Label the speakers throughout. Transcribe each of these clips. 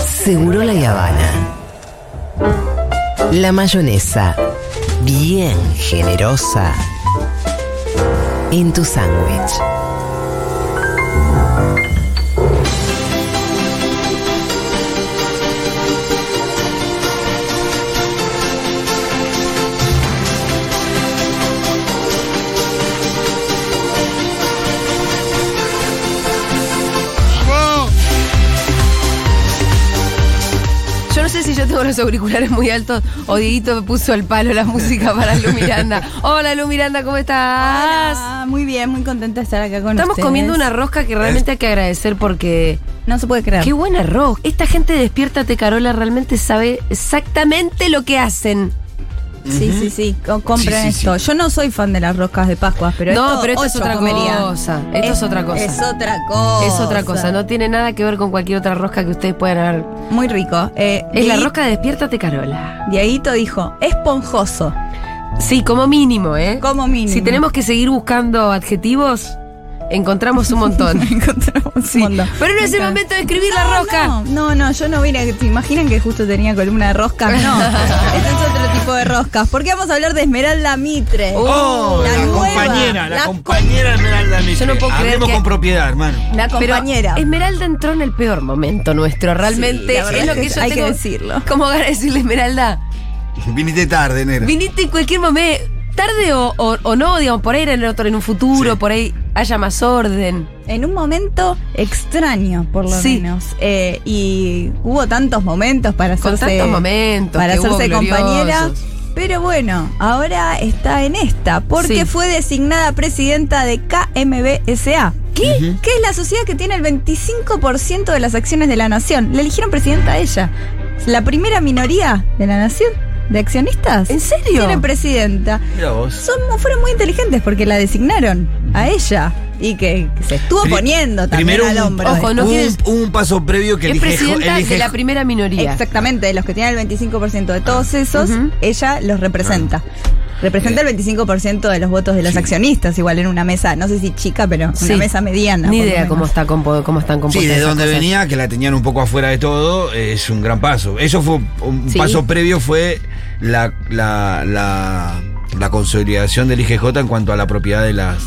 Speaker 1: Seguro la Habana. La mayonesa, bien generosa, en tu sándwich.
Speaker 2: Yo no sé si yo tengo los auriculares muy altos o Dieguito me puso al palo la música para Lu Miranda. Hola Lu Miranda, ¿cómo estás?
Speaker 3: Hola, Ah, muy bien, muy contenta de estar acá con
Speaker 2: Estamos
Speaker 3: ustedes.
Speaker 2: comiendo una rosca que realmente hay que agradecer porque...
Speaker 3: No se puede creer.
Speaker 2: ¡Qué buena rosca! Esta gente de Despiértate Carola realmente sabe exactamente lo que hacen.
Speaker 3: Sí, sí, sí, co- compren
Speaker 4: Sí, sí, sí.
Speaker 3: esto. Yo no soy fan de las roscas de Pascua, pero
Speaker 2: no,
Speaker 3: esto,
Speaker 2: pero esto
Speaker 3: hoy
Speaker 2: es
Speaker 3: yo
Speaker 2: otra
Speaker 3: comería.
Speaker 2: cosa. Esto es, otra cosa.
Speaker 3: Es otra cosa.
Speaker 2: Es otra cosa, no tiene nada que ver con cualquier otra rosca que ustedes puedan haber.
Speaker 3: Muy rico. Eh,
Speaker 2: Es la
Speaker 3: Diegui-
Speaker 2: rosca de Despiértate Carola.
Speaker 3: Dieguito dijo, esponjoso,
Speaker 2: Sí, como mínimo, ¿eh?
Speaker 3: como mínimo.
Speaker 2: Si tenemos que seguir buscando adjetivos, encontramos un montón.
Speaker 3: Encontramos un
Speaker 2: Sí.
Speaker 3: mundo.
Speaker 2: Pero no es el
Speaker 3: Venga.
Speaker 2: momento de escribir la
Speaker 3: No,
Speaker 2: rosca.
Speaker 3: No, no, no, yo no vine. a- ¿Te imaginan que justo tenía columna de roscas? No. este es otro tipo de roscas. Porque vamos a hablar de Esmeralda Mitre.
Speaker 4: Oh, la,
Speaker 3: nueva,
Speaker 4: compañera, la,
Speaker 3: la
Speaker 4: compañera Esmeralda Mitre.
Speaker 2: Yo no puedo creer
Speaker 4: Hablemos
Speaker 2: que-
Speaker 4: con propiedad, hermano.
Speaker 3: La
Speaker 2: Pero
Speaker 3: compañera.
Speaker 2: Esmeralda entró en el peor momento nuestro, realmente.
Speaker 3: Sí, la verdad
Speaker 2: es lo que,
Speaker 3: es que
Speaker 2: yo
Speaker 3: hay que
Speaker 2: tengo
Speaker 3: decirlo.
Speaker 2: Como ganas de decirle, Esmeralda,
Speaker 4: Viniste tarde, nena.
Speaker 2: viniste en cualquier momento, tarde o, o- o no, digamos, por ahí era en, otro, en un futuro,
Speaker 4: Sí.
Speaker 2: por ahí haya más orden.
Speaker 3: en un momento extraño, por lo
Speaker 2: Sí.
Speaker 3: menos. Eh, y hubo tantos momentos para
Speaker 2: Con
Speaker 3: hacerse,
Speaker 2: tantos momentos
Speaker 3: para
Speaker 2: que hubo
Speaker 3: hacerse compañera.
Speaker 2: gloriosos.
Speaker 3: Pero bueno, ahora está en esta, porque
Speaker 2: Sí.
Speaker 3: fue designada presidenta de KMBSA. ¿Qué? Que es la sociedad que tiene el 25% de las acciones de la nación. La eligieron presidenta ella. La primera minoría de la nación de accionistas.
Speaker 2: ¿En serio?
Speaker 3: Tiene presidenta
Speaker 4: Mira vos.
Speaker 3: son, mu- fueron muy inteligentes porque la designaron a ella y que, que se estuvo
Speaker 4: Pri-
Speaker 3: poniendo también
Speaker 4: primero
Speaker 3: al
Speaker 4: un-
Speaker 3: hombro. de
Speaker 2: Ojo,
Speaker 3: esto.
Speaker 2: no
Speaker 4: un,
Speaker 2: quieres-
Speaker 4: un paso previo que
Speaker 2: es
Speaker 4: elige,
Speaker 2: presidenta
Speaker 4: elige-
Speaker 2: de la primera minoría.
Speaker 3: Exactamente, los que tienen el 25% de todos esos,
Speaker 2: Ujú.
Speaker 3: ella los representa. Representa el 25% de los votos de los accionistas, igual en una mesa, no sé si chica, pero
Speaker 2: Sí.
Speaker 3: una mesa mediana.
Speaker 2: Ni
Speaker 3: por lo
Speaker 2: idea cómo,
Speaker 3: menos.
Speaker 2: está compo- cómo están compuestas.
Speaker 4: Sí, de
Speaker 2: esas
Speaker 4: donde
Speaker 2: cosas.
Speaker 4: venía, que la tenían un poco afuera de todo, es un gran paso. Eso fue un
Speaker 2: Sí.
Speaker 4: paso previo, fue la, la, la, la consolidación del IGJ en cuanto a la propiedad de las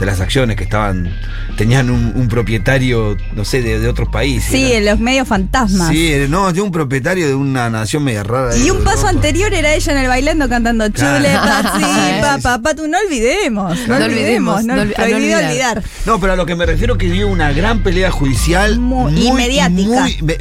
Speaker 4: de las acciones que estaban tenían un, un propietario no sé de, de otros países
Speaker 3: Sí,
Speaker 4: Era-
Speaker 3: en los medios fantasmas.
Speaker 4: Sí, eh, no, de un propietario de una nación media rara.
Speaker 3: Y
Speaker 4: de
Speaker 3: un paso
Speaker 4: Europa.
Speaker 3: anterior era ella en el bailando cantando
Speaker 4: Claro.
Speaker 3: chule, patsí,
Speaker 4: Sí,
Speaker 3: pa,
Speaker 4: sí.
Speaker 3: pa, pa, tú, no olvidemos, no,
Speaker 2: No olvidemos,
Speaker 3: olvidemos, no,
Speaker 2: no olvi- a no
Speaker 3: prohibido
Speaker 2: olvidar.
Speaker 3: olvidar.
Speaker 4: No, pero a lo que me refiero que dio una gran pelea judicial.
Speaker 3: Muy- y mediática.
Speaker 4: muy- me-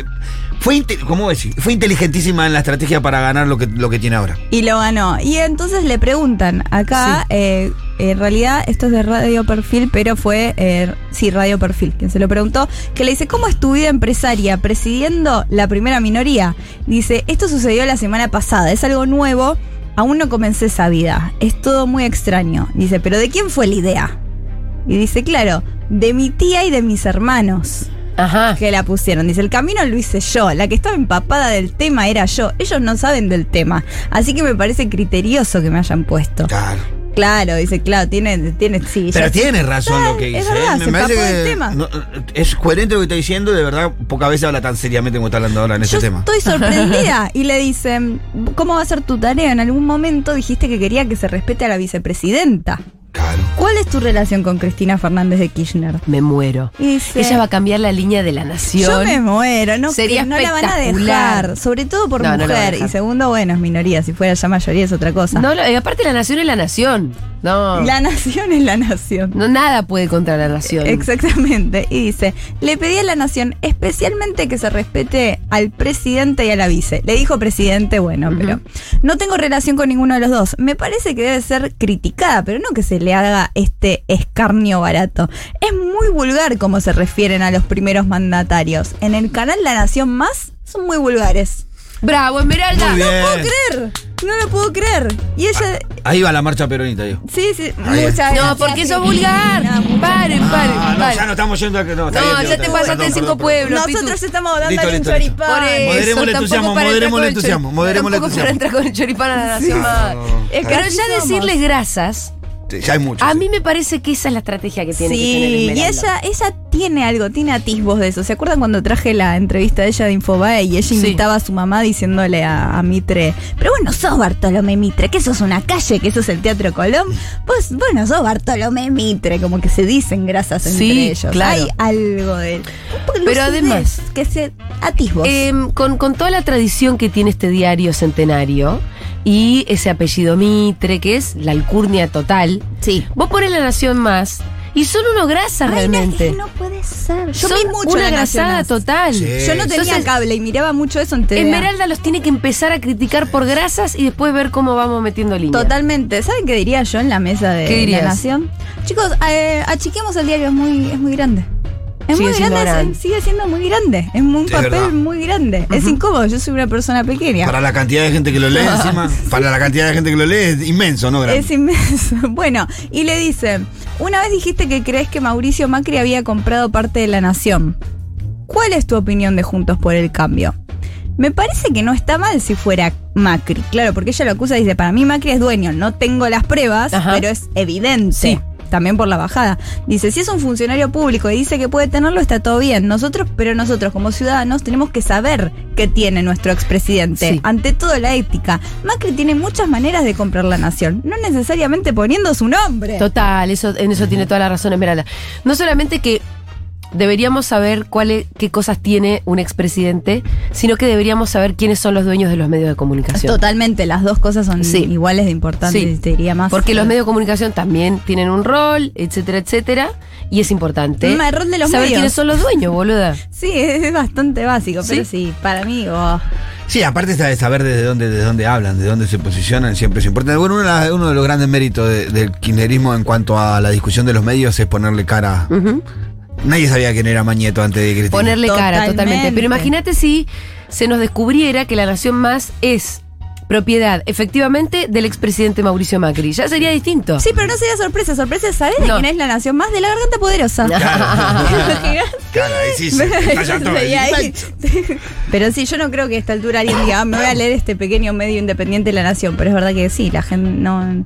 Speaker 4: fue, inte- ¿cómo decir? Fue inteligentísima en la estrategia para ganar lo que, lo que tiene ahora.
Speaker 3: Y lo ganó. Y entonces le preguntan acá, eh, en realidad esto es de Radio Perfil, pero fue, eh, sí, Radio Perfil, quien se lo preguntó, que le dice, ¿cómo es tu vida empresaria presidiendo la primera minoría? Dice, esto sucedió la semana pasada, es algo nuevo, aún no comencé esa vida, es todo muy extraño. Dice, pero ¿de quién fue la idea? Y dice, claro, de mi tía y de mis hermanos
Speaker 2: Ajá.
Speaker 3: que la pusieron. Dice, el camino lo hice yo, la que estaba empapada del tema era yo, ellos no saben del tema, así que me parece criterioso que me hayan puesto.
Speaker 4: Claro.
Speaker 3: Claro, dice, claro, tiene, tiene, sí,
Speaker 4: Pero
Speaker 3: ya-
Speaker 4: tiene razón lo que
Speaker 3: Es
Speaker 4: dice.
Speaker 3: verdad,
Speaker 4: ¿eh?
Speaker 3: se
Speaker 4: parece
Speaker 3: escapó del
Speaker 4: que
Speaker 3: tema.
Speaker 4: no, eh, es coherente lo que está diciendo, de verdad, poca vez habla tan seriamente como está hablando ahora en este
Speaker 3: Yo
Speaker 4: tema.
Speaker 3: estoy sorprendida y le dicen, ¿cómo va a ser tu tarea? En algún momento dijiste que quería que se respete a la vicepresidenta.
Speaker 4: Claro.
Speaker 3: ¿Cuál es tu relación con Cristina Fernández de Kirchner?
Speaker 2: Me muero.
Speaker 3: Y dice,
Speaker 2: Ella va a cambiar la línea de la
Speaker 3: Yo
Speaker 2: nación.
Speaker 3: me muero, no,
Speaker 2: Sería
Speaker 3: que no la van a
Speaker 2: espectacular.
Speaker 3: dejar, sobre todo por
Speaker 2: No, no la van a
Speaker 3: mujer.
Speaker 2: dejar.
Speaker 3: y segundo, bueno, es minoría, si fuera ya mayoría es otra cosa.
Speaker 2: No, lo- eh, aparte la nación es la nación. No.
Speaker 3: La nación es la nación.
Speaker 2: No, nada puede contra la nación.
Speaker 3: Exactamente. Y dice, le pedí a la nación especialmente que se respete al presidente y a la vice. Le dijo presidente, bueno,
Speaker 2: Ujú.
Speaker 3: pero no tengo relación con ninguno de los dos. Me parece que debe ser criticada, pero no que se le haga este escarnio barato. Es muy vulgar como se refieren a los primeros mandatarios. En el canal La Nación Más son muy vulgares.
Speaker 2: Bravo, Esmeralda.
Speaker 4: Muy
Speaker 3: No
Speaker 4: bien.
Speaker 3: puedo creer, no lo puedo creer. Y ella,
Speaker 4: Ahí va la marcha peronita, digo.
Speaker 3: sí, sí,
Speaker 4: Ahí.
Speaker 3: muchas
Speaker 2: No,
Speaker 3: gracias,
Speaker 2: porque sos
Speaker 3: Cristina,
Speaker 2: vulgar. Paren,
Speaker 3: muchas
Speaker 2: paren,
Speaker 4: Ah, no, ya
Speaker 2: paren.
Speaker 4: no estamos yendo a que no. está
Speaker 2: No,
Speaker 4: bien,
Speaker 2: ya
Speaker 4: está
Speaker 2: te
Speaker 4: bien,
Speaker 2: pasaste
Speaker 4: perdón,
Speaker 2: en cinco
Speaker 4: perdón, perdón.
Speaker 2: pueblos.
Speaker 3: Nosotros
Speaker 2: Pitu.
Speaker 3: estamos
Speaker 4: Listo,
Speaker 3: dándole un
Speaker 4: listo, listo.
Speaker 3: choripán.
Speaker 2: Por eso,
Speaker 4: Moderemos el
Speaker 2: tampoco
Speaker 4: entusiasmo,
Speaker 2: para entrar
Speaker 4: moderemos
Speaker 2: con
Speaker 4: el
Speaker 2: chori-
Speaker 4: entusiasmo, moderemos el
Speaker 2: Tampoco para
Speaker 4: entusiasmo.
Speaker 2: entrar con el choripán a la nación.
Speaker 4: Sí.
Speaker 2: más.
Speaker 4: No.
Speaker 3: Es que
Speaker 2: Pero
Speaker 3: así
Speaker 2: ya
Speaker 3: somos.
Speaker 2: decirle grasas
Speaker 4: Te- Ya hay muchos.
Speaker 2: A
Speaker 4: sí.
Speaker 2: mí me parece que esa es la estrategia que tiene que tener
Speaker 3: Sí, y
Speaker 2: Esmeralda.
Speaker 3: ella, ella tiene algo, tiene atisbos de eso. ¿Se acuerdan cuando traje la entrevista de ella de Infobae y ella
Speaker 2: Sí.
Speaker 3: invitaba a su mamá diciéndole a, a Mitre, pero bueno, sos Bartolomé Mitre, que sos una calle, que sos el Teatro Colón, pues bueno, sos Bartolomé Mitre, como que se dicen grasas entre
Speaker 2: Sí,
Speaker 3: ellos.
Speaker 2: claro.
Speaker 3: Hay algo de... un poco
Speaker 2: Pero
Speaker 3: lucidez,
Speaker 2: además-
Speaker 3: Que se... atisbos.
Speaker 2: Em, con, con toda la tradición que tiene este diario centenario y ese apellido Mitre, que es la alcurnia total,
Speaker 3: sí.
Speaker 2: vos pones la nación más y son unos grasas
Speaker 3: Ay, no,
Speaker 2: realmente.
Speaker 3: es que no puede ser. Yo
Speaker 2: son
Speaker 3: vi mucho
Speaker 2: una
Speaker 3: la
Speaker 2: grasada
Speaker 3: Nacional.
Speaker 2: total.
Speaker 4: Sí.
Speaker 3: Yo no tenía
Speaker 2: Entonces,
Speaker 3: cable y miraba mucho eso en TV.
Speaker 2: Esmeralda los tiene que empezar a criticar por grasas y después ver cómo vamos metiendo líneas.
Speaker 3: Totalmente. ¿Saben qué diría yo en la mesa de
Speaker 2: ¿Qué dirías?
Speaker 3: la Nación? Chicos, eh, achiquemos el diario, es muy, es muy grande. Es
Speaker 2: Sigue
Speaker 3: muy
Speaker 2: siendo
Speaker 3: grande,
Speaker 2: grande.
Speaker 3: es- sigue siendo muy grande. Es un
Speaker 4: Sí, es
Speaker 3: papel
Speaker 4: verdad.
Speaker 3: muy grande. Es incómodo, yo soy una persona pequeña.
Speaker 4: Para la cantidad de gente que lo lee encima, para la cantidad de gente que lo lee es inmenso, ¿no? Grande.
Speaker 3: Es inmenso. Bueno, y le dice, una vez dijiste que crees que Mauricio Macri había comprado parte de la nación. ¿Cuál es tu opinión de Juntos por el Cambio? Me parece que no está mal si fuera Macri, claro, porque ella lo acusa y dice, para mí Macri es dueño, no tengo las pruebas,
Speaker 2: Ajá.
Speaker 3: pero es evidente.
Speaker 2: Sí.
Speaker 3: También por la bajada. Dice, si es un funcionario público y dice que puede tenerlo, está todo bien. Nosotros, pero nosotros como ciudadanos tenemos que saber qué tiene nuestro expresidente.
Speaker 2: Sí.
Speaker 3: Ante todo la ética. Macri tiene muchas maneras de comprar la nación, no necesariamente poniendo su nombre.
Speaker 2: Total, eso, en eso tiene toda la razón Esmeralda. No solamente que deberíamos saber cuál es- qué cosas tiene un expresidente, sino que deberíamos saber quiénes son los dueños de los medios de comunicación.
Speaker 3: Totalmente, las dos cosas son
Speaker 2: Sí.
Speaker 3: iguales de importantes,
Speaker 2: Sí.
Speaker 3: te diría más.
Speaker 2: Porque los medios de comunicación también tienen un rol, etcétera, etcétera. Y es importante
Speaker 3: Mm, el rol de los
Speaker 2: saber
Speaker 3: medios.
Speaker 2: quiénes son los dueños, boluda.
Speaker 3: Sí, es bastante básico, pero sí, para mí... oh.
Speaker 4: Sí, aparte está de saber desde dónde, desde dónde hablan, de dónde se posicionan, siempre es importante. Bueno, uno de, las- uno de los grandes méritos de- del kirchnerismo en cuanto a la discusión de los medios es ponerle cara.
Speaker 2: Ujú.
Speaker 4: Nadie sabía quién era Mañeto antes de Cristina.
Speaker 2: Ponerle cara, totalmente.
Speaker 3: Totalmente.
Speaker 2: Pero imagínate si se nos descubriera que la Nación Más es propiedad, efectivamente, del expresidente Mauricio Macri. Ya sería distinto.
Speaker 3: Sí, pero no sería sorpresa, sorpresa, ¿sabes de
Speaker 2: No.
Speaker 3: quién es la nación más? De la garganta poderosa.
Speaker 4: Claro. Claro, ahí sí se estalla todo.
Speaker 3: Sería ahí. Pero sí, yo no creo que a esta altura alguien diga, "Ah, me voy a leer este pequeño medio independiente de la nación. Pero es verdad que sí, la gente no.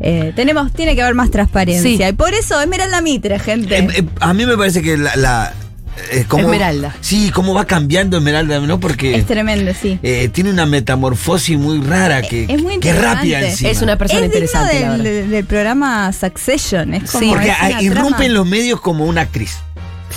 Speaker 3: eh, tenemos, tiene que haber más transparencia.
Speaker 2: Sí.
Speaker 3: Y por eso, Esmeralda Mitre, gente.
Speaker 4: Eh, eh, a mí me parece que la. la- eh, como-
Speaker 2: Esmeralda.
Speaker 4: Sí, cómo va cambiando Esmeralda, ¿no? Porque
Speaker 3: es tremendo, sí.
Speaker 4: eh, tiene una metamorfosis muy rara que,
Speaker 3: Es muy
Speaker 4: que es rápida
Speaker 3: interesante.
Speaker 4: encima.
Speaker 2: Es una persona
Speaker 3: es digno
Speaker 2: interesante. la
Speaker 3: del,
Speaker 2: verdad.
Speaker 3: del- del programa Succession. Es como,
Speaker 4: Porque
Speaker 3: es
Speaker 4: ah,
Speaker 3: una
Speaker 4: irrumpe
Speaker 3: trama-
Speaker 4: en los medios como una actriz.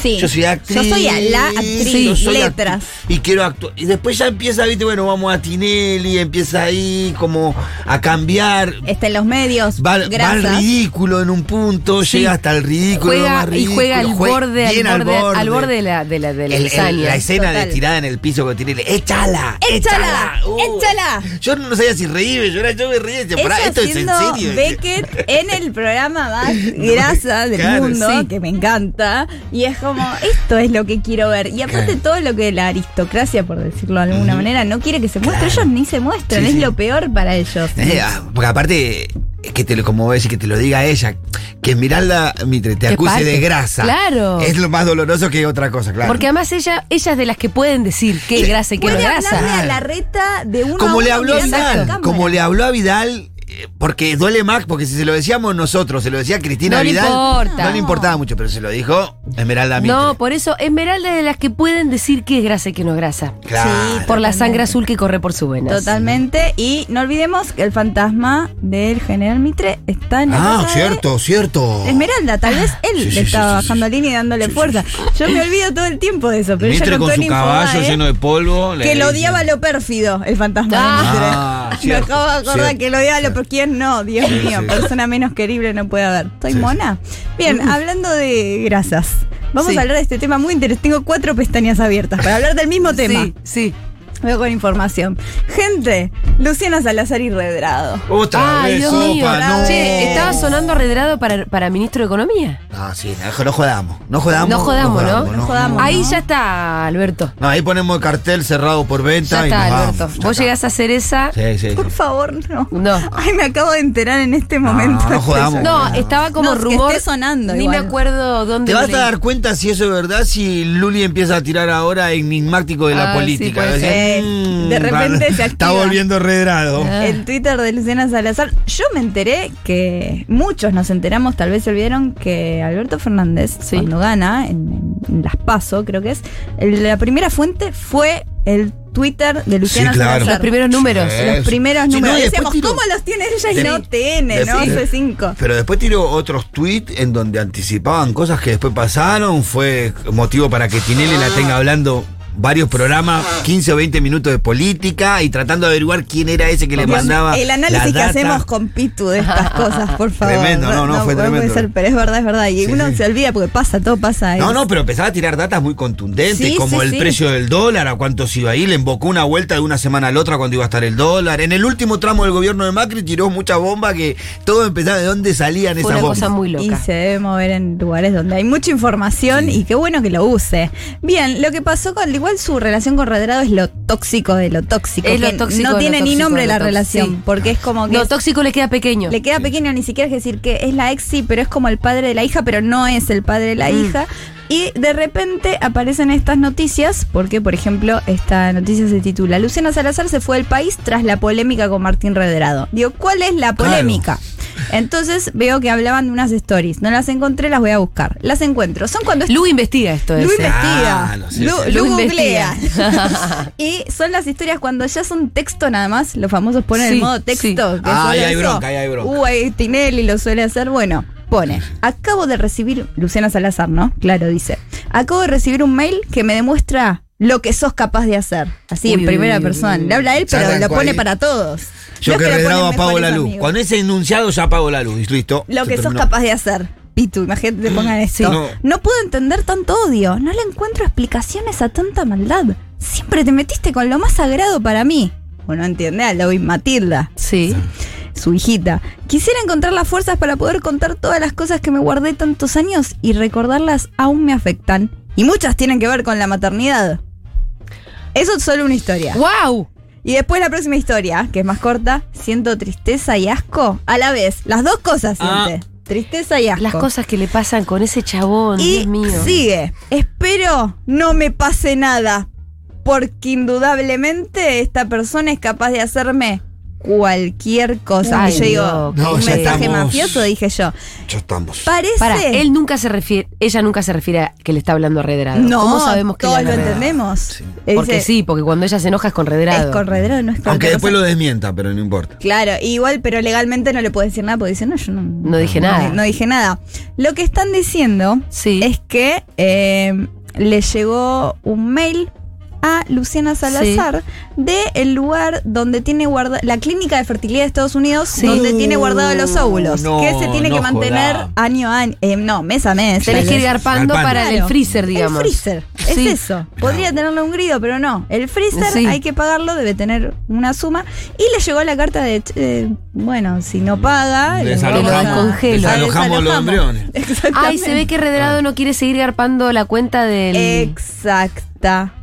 Speaker 3: Sí.
Speaker 4: Yo soy actriz.
Speaker 3: Yo soy a la actriz,
Speaker 4: yo soy actriz,
Speaker 3: letras.
Speaker 4: y quiero actuar. Y después ya empieza, viste, bueno, vamos a Tinelli, empieza ahí como a cambiar.
Speaker 3: Está en los medios.
Speaker 4: Va, al- va al
Speaker 3: grasas.
Speaker 4: ridículo en un punto,
Speaker 2: Sí.
Speaker 4: llega hasta el ridículo. lo
Speaker 2: Juega,
Speaker 4: más
Speaker 2: y juega al
Speaker 4: ridículo, juega
Speaker 2: borde, al
Speaker 4: bien
Speaker 2: borde, al borde de la, de la, de la
Speaker 4: El- el-
Speaker 2: lasaña.
Speaker 4: la escena
Speaker 3: Total.
Speaker 4: de tirada en el piso con Tinelli. ¡Échala!
Speaker 3: ¡Échala! ¡Échala!
Speaker 4: Yo no sabía si reírme, yo, era- yo me reía. decía,
Speaker 3: Eso
Speaker 4: "Pará, esto es en
Speaker 3: haciendo
Speaker 4: serio. ¿eh?
Speaker 3: Beckett en el programa más grasa del
Speaker 4: claro,
Speaker 3: mundo,
Speaker 4: sí.
Speaker 3: que me encanta. Y es como, esto es lo que quiero ver. Y aparte
Speaker 4: Claro.
Speaker 3: todo lo que la aristocracia, por decirlo de alguna manera, no quiere que se muestre, ellos ni se muestran,
Speaker 4: Sí,
Speaker 3: es
Speaker 4: sí.
Speaker 3: lo peor para ellos.
Speaker 4: Eh, ah, porque aparte, es que te lo, como vos decís, que te lo diga ella, que Miralda Mitre te
Speaker 2: Que
Speaker 4: acuse
Speaker 2: parte.
Speaker 4: de grasa.
Speaker 2: Claro.
Speaker 4: Es lo más doloroso que otra cosa, claro.
Speaker 2: Porque además ella, ella es de las que pueden decir qué es grasa y qué no es
Speaker 3: Puede
Speaker 2: grasa.
Speaker 3: hablarle a la reta de uno a
Speaker 4: ah, como le
Speaker 3: uno
Speaker 4: habló a
Speaker 3: mirando la
Speaker 4: Vidal,
Speaker 3: cámara.
Speaker 4: como le habló a Vidal, eh, porque duele más, porque si se lo decíamos nosotros, se lo decía Cristina
Speaker 2: No le
Speaker 4: Vidal,
Speaker 2: importa.
Speaker 4: no le importaba mucho, pero se lo dijo Esmeralda Mitre.
Speaker 2: No, por eso Esmeralda es de las que pueden decir qué es grasa y qué no es grasa.
Speaker 4: Claro.
Speaker 2: Por la sangre azul que corre por sus venas.
Speaker 3: Totalmente. Y no olvidemos que el fantasma del general Mitre está en la
Speaker 4: Ah,
Speaker 3: casa de
Speaker 4: cierto, cierto.
Speaker 3: Esmeralda, tal vez él
Speaker 4: Oh. Ah. Sí,
Speaker 3: le
Speaker 4: sí,
Speaker 3: estaba
Speaker 4: sí, sí,
Speaker 3: bajando
Speaker 4: sí.
Speaker 3: línea y dándole fuerza. Yo me olvido todo el tiempo de eso, pero ella
Speaker 4: Mitre
Speaker 3: contó
Speaker 4: con
Speaker 3: en
Speaker 4: su caballo
Speaker 3: Infobae
Speaker 2: ¿eh?
Speaker 4: lleno de polvo. le
Speaker 3: ¿eh? que lo
Speaker 4: dice-
Speaker 3: odiaba lo pérfido, el fantasma
Speaker 2: Ah.
Speaker 4: Ah,
Speaker 3: de Mitre. Me
Speaker 4: cierto,
Speaker 3: acabo de acordar
Speaker 4: cierto,
Speaker 3: que lo odiaba lo pero quién no, Dios
Speaker 4: Sí,
Speaker 3: mío,
Speaker 4: sí.
Speaker 3: persona menos querible no puede haber. Soy
Speaker 4: Sí, Mm.
Speaker 3: mona. Bien, hablando de grasas. Vamos
Speaker 2: Sí.
Speaker 3: a hablar de este tema muy interesante. Tengo cuatro pestañas abiertas para hablar del mismo tema.
Speaker 2: Sí, sí.
Speaker 3: Veo con información. Gente, Luciana Salazar y Redrado.
Speaker 4: Otra
Speaker 2: Ay,
Speaker 4: vez,
Speaker 2: Dios
Speaker 4: sopa,
Speaker 2: mío.
Speaker 4: no.
Speaker 2: Che, estaba sonando arredrado para, para ministro de Economía.
Speaker 4: No, sí, no, no jodamos. No jodamos.
Speaker 2: No jodamos, ¿no?
Speaker 3: No jodamos.
Speaker 2: Ahí
Speaker 3: ¿no?
Speaker 2: ya está, Alberto.
Speaker 4: No, ahí ponemos el cartel cerrado por
Speaker 2: Ya
Speaker 4: venta y
Speaker 2: está,
Speaker 4: nos vamos.
Speaker 2: Alberto.
Speaker 4: Ya
Speaker 2: Vos
Speaker 4: está.
Speaker 2: llegás a hacer esa.
Speaker 4: Sí, Ah, sí, sí.
Speaker 3: Por favor, no.
Speaker 2: No.
Speaker 3: Ay, me acabo de enterar en este momento.
Speaker 4: no jodamos.
Speaker 2: No, estaba como
Speaker 3: No, es que
Speaker 2: rumor.
Speaker 3: esté sonando
Speaker 2: Ni
Speaker 3: igual.
Speaker 2: me acuerdo dónde.
Speaker 4: Te
Speaker 2: lo
Speaker 4: vas
Speaker 2: leí.
Speaker 4: a dar cuenta si eso es verdad si Luli empieza a tirar ahora enigmático de la
Speaker 2: Ah, sí,
Speaker 4: política. "Mm,
Speaker 2: puede
Speaker 4: ¿ves?
Speaker 2: ser.
Speaker 3: eh, de repente se activa.
Speaker 5: Está volviendo redrado.
Speaker 2: Ah.
Speaker 3: El Twitter de Luciana Salazar. Yo me enteré que muchos nos enteramos, tal vez se olvidaron que Alberto Fernández,
Speaker 2: Sí.
Speaker 3: cuando gana en, en Las Paso, creo que es, el- la primera fuente fue el Twitter de Luciana
Speaker 4: claro.
Speaker 2: Los
Speaker 3: Salazar.
Speaker 2: primeros números.
Speaker 4: Sí.
Speaker 3: Los primeros
Speaker 5: Sí, no,
Speaker 3: números.
Speaker 5: y después
Speaker 3: Decíamos,
Speaker 5: tiró-
Speaker 3: ¿cómo los tiene ella y
Speaker 4: Sí.
Speaker 3: no TN, no
Speaker 4: Después-
Speaker 3: C5?
Speaker 4: Pero después tiró otros tweets en donde anticipaban cosas que después pasaron. Fue motivo para que Tinelli la tenga hablando varios programas,
Speaker 3: Ah.
Speaker 4: 15 o 20 minutos de política y tratando de averiguar quién era ese que le
Speaker 3: Dios mío,
Speaker 4: mandaba.
Speaker 3: El análisis
Speaker 4: la
Speaker 3: que
Speaker 4: data.
Speaker 3: hacemos con Pitu de estas cosas, por favor.
Speaker 4: Tremendo, no, no, fue
Speaker 3: puede
Speaker 4: tremendo.
Speaker 3: ser, pero es verdad, es verdad. Y
Speaker 4: Sí,
Speaker 3: uno
Speaker 4: sí.
Speaker 3: se olvida porque pasa, todo pasa.
Speaker 4: No,
Speaker 3: es-
Speaker 4: no, pero empezaba a tirar datas muy contundentes,
Speaker 3: Sí,
Speaker 4: como
Speaker 3: sí,
Speaker 4: el
Speaker 3: sí.
Speaker 4: precio del dólar, a cuánto se iba a ir, le invocó una vuelta de una semana a la otra cuando iba a estar el dólar. En el último tramo del gobierno de Macri tiró mucha bomba que todo empezaba de dónde salían
Speaker 2: Fue
Speaker 4: esas
Speaker 2: una
Speaker 4: bombas.
Speaker 2: cosa muy
Speaker 3: Y
Speaker 2: loca.
Speaker 3: se debe mover en lugares donde hay mucha información y qué bueno que lo use. Bien, lo que pasó con, igual su relación con Redrado es lo tóxico de lo tóxico.
Speaker 2: Es lo
Speaker 3: que
Speaker 2: tóxico
Speaker 3: no
Speaker 2: de
Speaker 3: tiene
Speaker 2: lo
Speaker 3: ni
Speaker 2: tóxico
Speaker 3: nombre
Speaker 2: de
Speaker 3: la
Speaker 2: lo tóxico,
Speaker 3: relación,
Speaker 2: sí.
Speaker 3: porque es como que
Speaker 2: No,
Speaker 3: es-
Speaker 2: tóxico le queda pequeño.
Speaker 3: le queda pequeño, ni siquiera es decir que es la ex, sí, pero es como el padre de la hija, pero no es el padre de la hija. Y de repente aparecen estas noticias, porque por ejemplo esta noticia se titula Luciana Salazar se fue del país tras la polémica con Martín Redrado. Digo, ¿cuál es la
Speaker 4: Claro.
Speaker 3: polémica? Entonces veo que hablaban de unas stories. No las encontré, las voy a buscar. Las encuentro. Son cuando
Speaker 2: Lu investiga esto.
Speaker 3: Lu
Speaker 2: ese.
Speaker 3: investiga.
Speaker 4: Ah, lo sé,
Speaker 3: Lu,
Speaker 4: sí.
Speaker 3: Lu
Speaker 2: Lu
Speaker 3: googlea.
Speaker 2: investiga.
Speaker 3: y son las historias cuando ya son texto nada más. Los famosos ponen el
Speaker 2: Sí,
Speaker 3: modo texto.
Speaker 2: sí.
Speaker 3: que
Speaker 4: Ah,
Speaker 3: suele
Speaker 4: ahí hay
Speaker 3: eso.
Speaker 4: bronca, ahí hay bronca.
Speaker 3: Uh, ahí Tinelli lo suele hacer. Bueno, pone. Acabo de recibir. Luciana Salazar, ¿no? Claro, dice. Acabo de recibir un mail que me demuestra lo que sos capaz de hacer. Así
Speaker 2: Uy,
Speaker 3: en
Speaker 2: uy,
Speaker 3: primera
Speaker 2: uy,
Speaker 3: persona.
Speaker 2: uy.
Speaker 3: Le habla él,
Speaker 4: Ya
Speaker 3: pero lo
Speaker 4: arrancó
Speaker 3: pone
Speaker 4: ahí.
Speaker 3: para todos.
Speaker 4: Yo
Speaker 3: No
Speaker 4: que
Speaker 3: lo ponen
Speaker 4: redrado apago
Speaker 3: mejores
Speaker 4: la luz.
Speaker 3: amigos.
Speaker 4: Cuando es enunciado ya apago la luz, y listo.
Speaker 3: Lo
Speaker 4: Se
Speaker 3: que sos
Speaker 4: terminó. Mm,
Speaker 3: capaz de hacer. Pitu, imagínate, te pongan esto.
Speaker 4: no.
Speaker 3: no. puedo entender tanto odio. No le encuentro explicaciones a tanta maldad. Siempre te metiste con lo más sagrado para mí. Bueno, entiende a Lois Matilda,
Speaker 2: Sí.
Speaker 3: su hijita. Quisiera encontrar las fuerzas para poder contar todas las cosas que me guardé tantos años y recordarlas aún me afectan. Y muchas tienen que ver con la maternidad. Eso es solo una historia.
Speaker 2: ¡Wow!
Speaker 3: Y después la próxima historia, que es más corta, siento tristeza y asco a la vez. Las dos cosas
Speaker 4: Ah.
Speaker 3: siente. Tristeza y asco.
Speaker 2: Las cosas que le pasan con ese chabón,
Speaker 3: Y
Speaker 2: Dios mío.
Speaker 3: sigue. Espero no me pase nada, porque indudablemente esta persona es capaz de hacerme cualquier cosa.
Speaker 2: Ay,
Speaker 3: Y yo digo,
Speaker 2: loco.
Speaker 4: No,
Speaker 3: un
Speaker 4: ya
Speaker 3: mensaje
Speaker 4: estamos.
Speaker 3: mafioso, dije yo.
Speaker 4: Ya estamos.
Speaker 3: Parece.
Speaker 2: Para, él nunca se refiere, ella nunca se refiere a que le está hablando a Redrado.
Speaker 3: no,
Speaker 2: ¿Cómo sabemos que le
Speaker 3: todos
Speaker 2: habla
Speaker 3: lo
Speaker 2: a Redrado?
Speaker 3: entendemos. Él
Speaker 2: Porque
Speaker 3: dice,
Speaker 2: sí, porque cuando ella se enoja es con Redrado.
Speaker 3: Es con Redrado, no es con
Speaker 4: Aunque
Speaker 3: otra
Speaker 4: después
Speaker 3: cosa.
Speaker 4: lo desmienta, pero no importa.
Speaker 3: Claro, igual, pero legalmente no le puedo decir nada porque dice, no, yo no.
Speaker 2: No dije
Speaker 3: no-
Speaker 2: nada.
Speaker 3: No dije nada. Lo que están diciendo
Speaker 2: Sí.
Speaker 3: es que eh, le llegó un mail a Luciana Salazar de el lugar donde tiene guardada la clínica de fertilidad de Estados Unidos
Speaker 2: Sí.
Speaker 3: donde tiene guardado los óvulos
Speaker 4: Uh, No,
Speaker 3: que se tiene
Speaker 4: no
Speaker 3: que mantener
Speaker 4: joda.
Speaker 3: año a año eh, no mes a mes
Speaker 2: Tenés
Speaker 3: tal
Speaker 2: que ir
Speaker 3: vez.
Speaker 2: garpando
Speaker 4: Garpando.
Speaker 2: para el
Speaker 3: Claro.
Speaker 2: freezer, digamos.
Speaker 3: el freezer es
Speaker 2: Sí.
Speaker 3: eso podría tenerlo un grido pero no el freezer
Speaker 2: Sí.
Speaker 3: hay que pagarlo debe tener una suma y le llegó la carta de eh, bueno si no paga le
Speaker 4: Desalojamos-
Speaker 3: vamos a-
Speaker 2: descongelo.
Speaker 4: desalojamos los embriones.
Speaker 3: Exactamente.
Speaker 2: Ay, se ve que Redrado no quiere seguir garpando la cuenta del.
Speaker 3: Exactamente.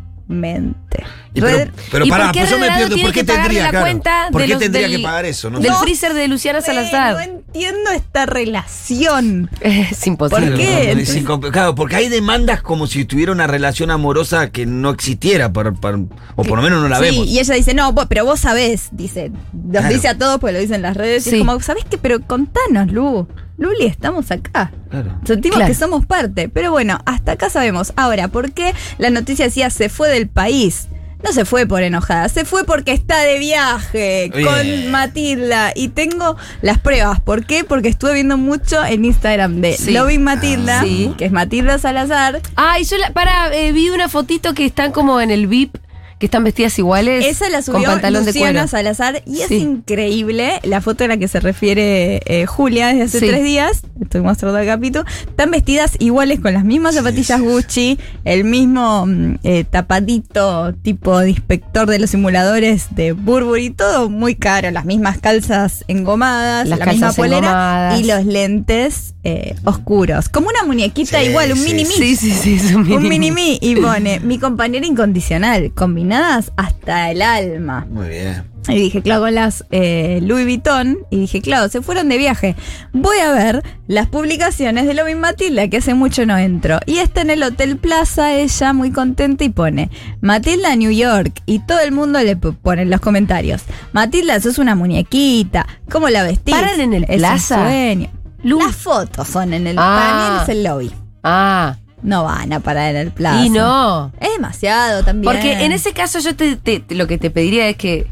Speaker 4: Y pero
Speaker 3: Red-
Speaker 4: pero
Speaker 2: ¿Y
Speaker 4: pará,
Speaker 2: por qué
Speaker 4: pues yo me
Speaker 2: Redrado
Speaker 4: pierdo.
Speaker 2: tiene
Speaker 4: ¿Por qué
Speaker 2: que pagarle
Speaker 4: tendría,
Speaker 2: la
Speaker 4: claro,
Speaker 2: cuenta
Speaker 4: ¿Por
Speaker 2: de
Speaker 4: qué
Speaker 2: los-
Speaker 4: tendría
Speaker 2: del-
Speaker 4: que pagar eso? No,
Speaker 2: del
Speaker 4: sé.
Speaker 2: freezer de Luciana Salazar.
Speaker 3: No entiendo esta relación.
Speaker 2: Es imposible.
Speaker 3: ¿Por qué? Pues-
Speaker 4: Claro,
Speaker 3: Entonces-
Speaker 4: es incom- claro, porque hay demandas como si tuviera una relación amorosa que no existiera, por- por- o por lo menos no la
Speaker 3: sí,
Speaker 4: vemos.
Speaker 3: y ella dice, no, vos- pero vos sabés, dice, nos
Speaker 4: Claro.
Speaker 3: dice a todos porque lo dicen las redes. y
Speaker 2: Sí.
Speaker 3: es como, ¿sabés qué? Pero contanos, Lu. Luli, estamos acá.
Speaker 4: Claro.
Speaker 3: Sentimos
Speaker 2: Claro.
Speaker 3: que somos parte. Pero bueno, hasta acá sabemos. Ahora, ¿por qué la noticia decía se fue del país? No se fue por enojada, se fue porque está de viaje
Speaker 4: Bien.
Speaker 3: con Matilda. Y tengo las pruebas. ¿Por qué? Porque estuve viendo mucho en Instagram de
Speaker 2: Sí.
Speaker 3: Loving Matilda,
Speaker 2: Ah. Sí.
Speaker 3: que es Matilda Salazar.
Speaker 2: Ay, yo la, para, eh, vi una fotito que están como en el VIP, que están vestidas iguales.
Speaker 3: Esa la
Speaker 2: con
Speaker 3: subió
Speaker 2: pantalón de
Speaker 3: Luciana
Speaker 2: cuero.
Speaker 3: Salazar y es
Speaker 2: Sí.
Speaker 3: increíble la foto a la que se refiere eh, Julia desde hace
Speaker 2: Sí.
Speaker 3: tres días, estoy mostrando el capítulo, están vestidas iguales con las mismas zapatillas Gucci, el mismo mm, eh, tapadito tipo de inspector de los simuladores de Burberry, todo muy caro, las mismas calzas engomadas,
Speaker 2: Las
Speaker 3: la
Speaker 2: calzas
Speaker 3: misma polera
Speaker 2: engomadas.
Speaker 3: y los lentes eh, oscuros, como una muñequita
Speaker 4: Sí,
Speaker 3: igual, un
Speaker 4: sí,
Speaker 3: mini mini
Speaker 2: Sí, sí, sí, es un mini.
Speaker 3: un mini-me y pone mi compañera incondicional, combinadas hasta el alma.
Speaker 4: Muy bien.
Speaker 3: Y dije, claro, con las eh, Louis Vuitton. Y dije, claro, se fueron de viaje. Voy a ver las publicaciones de Lovin Matilda, que hace mucho no entro. Y está en el Hotel Plaza, ella muy contenta y pone, Matilda New York. Y todo el mundo le p- pone en los comentarios, Matilda, sos una muñequita. ¿Cómo la vestís?
Speaker 2: ¿Paran en el
Speaker 3: Es un
Speaker 2: Plaza?
Speaker 3: sueño".
Speaker 2: Lu-
Speaker 3: Las fotos son en el...
Speaker 2: Ah.
Speaker 3: Para mí es el lobby.
Speaker 2: Ah,
Speaker 3: No van a parar en el Plaza.
Speaker 2: y no.
Speaker 3: Es demasiado también.
Speaker 2: Porque en ese caso yo te, te- te- lo que te pediría es que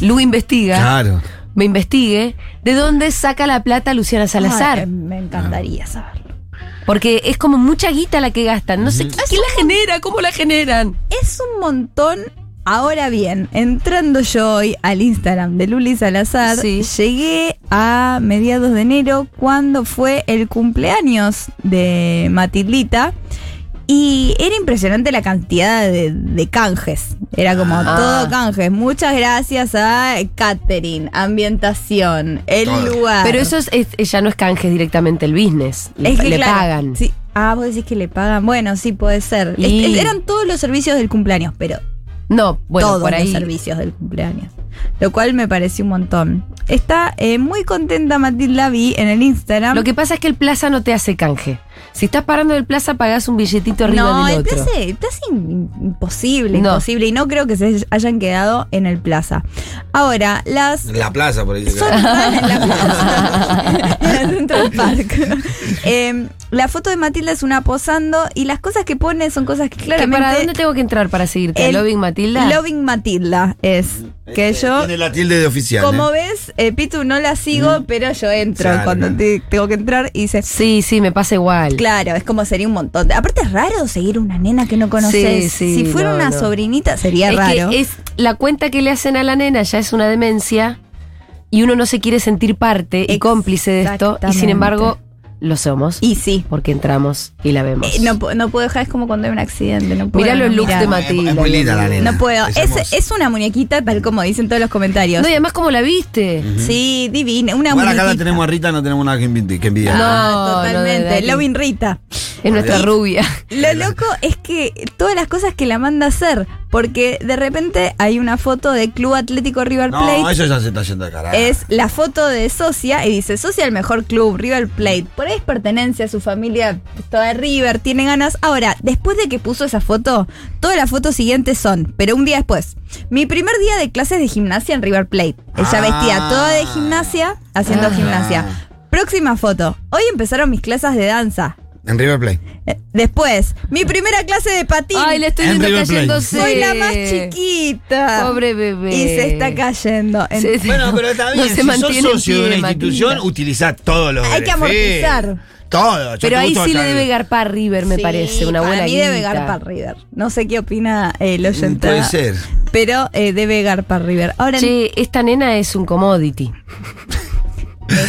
Speaker 2: Lu investiga,
Speaker 4: Claro.
Speaker 2: me investigue, de dónde saca la plata Luciana Salazar.
Speaker 3: Ay, em. me encantaría saberlo.
Speaker 2: Porque es como mucha guita la que gastan. No sé, ¿quién
Speaker 3: Es
Speaker 2: la genera? ¿Cómo la generan?
Speaker 3: Es un montón. Ahora bien, entrando yo hoy al Instagram de Luli Salazar,
Speaker 2: Sí.
Speaker 3: llegué a mediados de enero cuando fue el cumpleaños de Matildita. Y era impresionante la cantidad de, de canjes. Era como
Speaker 2: Ah.
Speaker 3: todo canjes. Muchas gracias a catering, ambientación, el
Speaker 4: Todo.
Speaker 3: lugar.
Speaker 2: Pero eso es, es- ya no es canje es directamente el business. Le,
Speaker 3: Es que,
Speaker 2: le
Speaker 3: claro,
Speaker 2: pagan.
Speaker 3: sí. Ah, vos decís que le pagan. Bueno, sí, puede ser.
Speaker 2: Y-
Speaker 3: Es- es- eran todos los servicios del cumpleaños, pero
Speaker 2: No, bueno,
Speaker 3: todos
Speaker 2: por ahí.
Speaker 3: los servicios del cumpleaños. Lo cual me pareció un montón. Está eh, muy contenta Matilda Vi en el Instagram.
Speaker 2: Lo que pasa es que el plaza no te hace canje. Si estás parando del plaza, pagás un billetito arriba
Speaker 3: no, eh,
Speaker 2: del
Speaker 3: el
Speaker 2: otro.
Speaker 3: plaza, el plaza im- imposible,
Speaker 2: No.
Speaker 3: imposible. Y no creo que se hayan quedado en el plaza. Ahora, las
Speaker 4: En la plaza, por ahí. se
Speaker 3: Son
Speaker 4: queda.
Speaker 3: iguales en la plaza. Dentro del parque. Eh, la foto de Matilda es una posando y las cosas que pone son cosas que
Speaker 2: ¿Que
Speaker 3: claramente.
Speaker 2: ¿Para dónde tengo que entrar para seguirte?
Speaker 3: el-
Speaker 2: ¿Loving Matilda?
Speaker 3: Loving Matilda es. Que yo.
Speaker 4: Mm, este, Tiene la tilde de oficial.
Speaker 3: Como
Speaker 4: ¿eh?
Speaker 3: ves, eh, Pitu no la sigo, pero yo entro
Speaker 4: Claro,
Speaker 3: cuando
Speaker 4: claro.
Speaker 3: te- tengo que entrar y dices,
Speaker 2: Sí, sí, me pasa igual.
Speaker 3: claro, es como sería un montón. Aparte es raro seguir una nena que no
Speaker 2: Sí,
Speaker 3: conoces.
Speaker 2: sí,
Speaker 3: si fuera
Speaker 2: no,
Speaker 3: una
Speaker 2: no.
Speaker 3: sobrinita sería
Speaker 2: es
Speaker 3: raro.
Speaker 2: que es la cuenta que le hacen a la nena ya es una demencia y uno no se quiere sentir parte y cómplice de esto y sin
Speaker 3: Exactamente.
Speaker 2: embargo lo somos
Speaker 3: y sí,
Speaker 2: porque entramos y la vemos.
Speaker 3: eh, no, pu- no puedo dejar, es como cuando hay un accidente. No puedo,
Speaker 2: Mirá los
Speaker 3: no
Speaker 2: looks
Speaker 3: mirar.
Speaker 2: de
Speaker 4: Es-
Speaker 2: Matilda.
Speaker 4: es muy linda la nena.
Speaker 3: No puedo.
Speaker 4: Es
Speaker 3: Es,
Speaker 4: hermosa.
Speaker 3: es una muñequita tal como dicen todos los comentarios.
Speaker 2: No, y además cómo la viste.
Speaker 4: Mm.
Speaker 3: Sí, divina. Una
Speaker 4: Igual acá
Speaker 3: muñequita.
Speaker 4: la tenemos a Rita, no tenemos nada que envi- que envidiar.
Speaker 2: No.
Speaker 3: Ah,
Speaker 2: no, de
Speaker 3: totalmente.
Speaker 2: verdad que-
Speaker 3: Loving Rita.
Speaker 2: Es nuestra rubia.
Speaker 3: Lo loco es que todas las cosas que la manda a hacer, porque de repente hay una foto de Club Atlético River
Speaker 4: No,
Speaker 3: Plate.
Speaker 4: eso ya se está yendo de carajo.
Speaker 3: es la foto de Socia y dice Socia el mejor club, River Plate. Por ahí es pertenencia, su familia toda de River, tiene ganas. Ahora, después de que puso esa foto, todas las fotos siguientes son, pero un día después. Mi primer día de clases de gimnasia en River Plate. Ella
Speaker 4: Ah.
Speaker 3: vestía toda de gimnasia, haciendo
Speaker 4: Ah.
Speaker 3: gimnasia. Próxima foto. Hoy empezaron mis clases de danza.
Speaker 4: En River Plate.
Speaker 3: Eh, Después, mi primera clase de patín.
Speaker 2: Ay, la estoy
Speaker 4: En
Speaker 2: viendo
Speaker 4: River Plate.
Speaker 2: cayéndose.
Speaker 3: Soy la más chiquita.
Speaker 2: Pobre bebé.
Speaker 3: Y se está cayendo. En-
Speaker 2: Se-
Speaker 4: Bueno, pero está bien.
Speaker 2: No se
Speaker 4: si sos
Speaker 2: mantiene en
Speaker 4: socio de
Speaker 2: pie,
Speaker 4: una institución,
Speaker 2: Matilda.
Speaker 4: utilizá todos los.
Speaker 3: Hay que
Speaker 4: beneficios.
Speaker 3: amortizar.
Speaker 4: Todo. Yo
Speaker 2: Pero
Speaker 4: te
Speaker 2: ahí
Speaker 4: gusta
Speaker 2: sí le
Speaker 4: estar-
Speaker 2: debe garpar River, me
Speaker 3: Sí,
Speaker 2: parece. Una
Speaker 3: para
Speaker 2: buena
Speaker 3: mí debe
Speaker 2: guita.
Speaker 3: garpar River. No sé qué opina el oyente.
Speaker 4: Puede ser.
Speaker 3: Pero eh, debe garpar River. Ahora
Speaker 2: Che, esta nena es un commodity.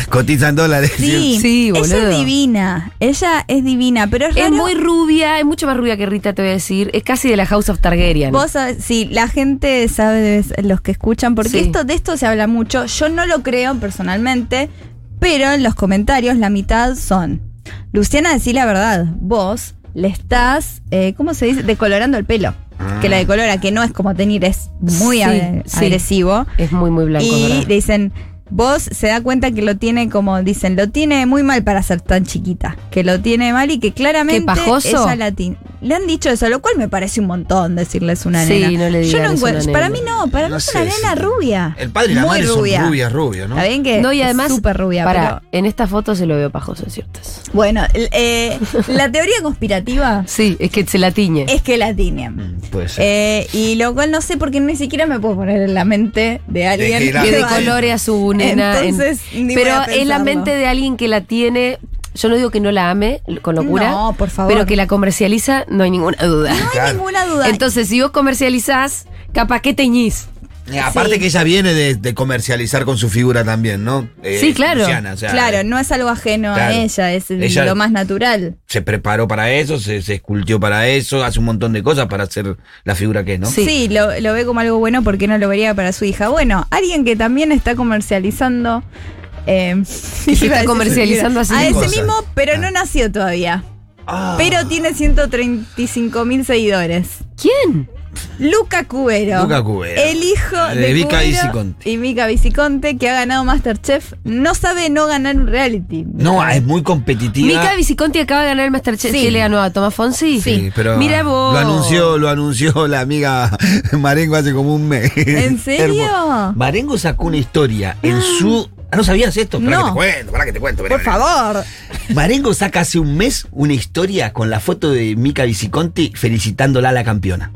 Speaker 4: Cotizan dólares.
Speaker 3: sí,
Speaker 2: Sí,
Speaker 3: ella
Speaker 2: boludo.
Speaker 3: es divina. Ella es divina, pero es,
Speaker 2: Es
Speaker 3: raro.
Speaker 2: muy rubia, es mucho más rubia que Rita, te voy a decir. Es casi de la House of Targaryen.
Speaker 3: Vos sabés- sí, la gente sabe, debes- los que escuchan, porque
Speaker 2: Sí.
Speaker 3: esto, de esto se habla mucho. Yo no lo creo personalmente, pero en los comentarios la mitad son. Luciana, decí la verdad. Vos le estás, eh, ¿cómo se dice? Decolorando el pelo.
Speaker 4: Ah.
Speaker 3: Que la decolora, que no es como tener, es muy
Speaker 2: Sí,
Speaker 3: ag-
Speaker 2: sí.
Speaker 3: agresivo.
Speaker 2: Es muy, muy blanco,
Speaker 3: y
Speaker 2: ¿verdad?
Speaker 3: dicen, vos se da cuenta que lo tiene como, dicen, lo tiene muy mal para ser tan chiquita. Que lo tiene mal y que claramente
Speaker 2: ¿Qué, pajoso?
Speaker 3: ella la ti- Le han dicho eso, lo cual me parece un montón decirles una
Speaker 2: Sí,
Speaker 3: nena.
Speaker 2: no le
Speaker 3: Yo
Speaker 2: digan,
Speaker 3: no
Speaker 2: es una
Speaker 3: encuentro,
Speaker 2: nena.
Speaker 3: para mí no, para mí
Speaker 4: No
Speaker 3: es
Speaker 4: sé,
Speaker 3: una
Speaker 4: sí.
Speaker 3: nena rubia.
Speaker 4: El padre y la
Speaker 3: Muy
Speaker 4: madre
Speaker 3: rubia.
Speaker 4: son rubias, rubias, ¿no?
Speaker 3: Está bien que
Speaker 2: No, y además.
Speaker 3: súper rubia,
Speaker 2: pará,
Speaker 3: pero-
Speaker 2: en esta foto se lo veo pajoso, es ¿cierto?
Speaker 3: Bueno, el- eh, la teoría conspirativa
Speaker 2: Sí, es que se la tiñe.
Speaker 3: es que la tienen.
Speaker 4: Mm, Puede ser.
Speaker 3: Eh, y lo cual no sé porque ni siquiera me puedo poner en la mente de alguien
Speaker 4: que la-
Speaker 2: que de
Speaker 3: va-
Speaker 2: colore a su nena. en-
Speaker 3: Entonces, ni voy
Speaker 2: pero
Speaker 3: a
Speaker 2: es la
Speaker 3: pensarlo.
Speaker 2: mente de alguien que la tiene. Yo no digo que no la ame con locura.
Speaker 3: No, por favor.
Speaker 2: Pero que la comercializa, no hay ninguna duda.
Speaker 3: No hay
Speaker 4: Claro. Eh,
Speaker 3: ninguna duda.
Speaker 2: Entonces, si vos comercializás, capaz que teñís.
Speaker 4: Eh, Aparte
Speaker 3: sí.
Speaker 4: que ella viene de, de comercializar con su figura también, ¿no? Eh,
Speaker 2: Sí, claro.
Speaker 4: Luciana, o sea, eh,
Speaker 3: claro, no es algo ajeno
Speaker 4: claro.
Speaker 3: a ella, es
Speaker 4: Ella-
Speaker 3: lo más natural.
Speaker 4: Se preparó para eso, se, se escultió para eso, hace un montón de cosas para hacer la figura que es, ¿no?
Speaker 2: Sí.
Speaker 3: Sí, lo, lo ve como algo bueno porque no lo vería para su hija. Bueno, alguien que también está comercializando. eh,
Speaker 2: está
Speaker 3: iba a decir
Speaker 2: comercializando a sí
Speaker 3: a
Speaker 2: mismo.
Speaker 3: ese mismo, pero
Speaker 4: Ah.
Speaker 3: no nació todavía. Pero tiene 135 mil seguidores.
Speaker 2: ¿Quién?
Speaker 3: Luca Cubero.
Speaker 4: Luca Cubero.
Speaker 3: El hijo de,
Speaker 4: De Vika
Speaker 3: Cubero
Speaker 4: Viciconte.
Speaker 3: Y Mica Viciconte, que ha ganado Masterchef. No sabe no ganar un reality.
Speaker 4: No, es muy competitiva.
Speaker 2: Mica Viciconti acaba de ganar el Masterchef.
Speaker 3: Sí.
Speaker 2: ¿Qué le ganó a Tomás Fonsi?
Speaker 4: Sí, pero
Speaker 2: Mira vos.
Speaker 4: Lo anunció, lo anunció la amiga Marengo hace como un mes.
Speaker 3: ¿En serio?
Speaker 4: Hermoso. Marengo sacó una historia en su. Ah, ¿No sabías esto? Pará
Speaker 3: No.
Speaker 4: que te cuento, pará que te cuento.
Speaker 3: Por favor.
Speaker 4: Marengo saca hace un mes una historia con la foto de Mica Viciconte felicitándola a la campeona.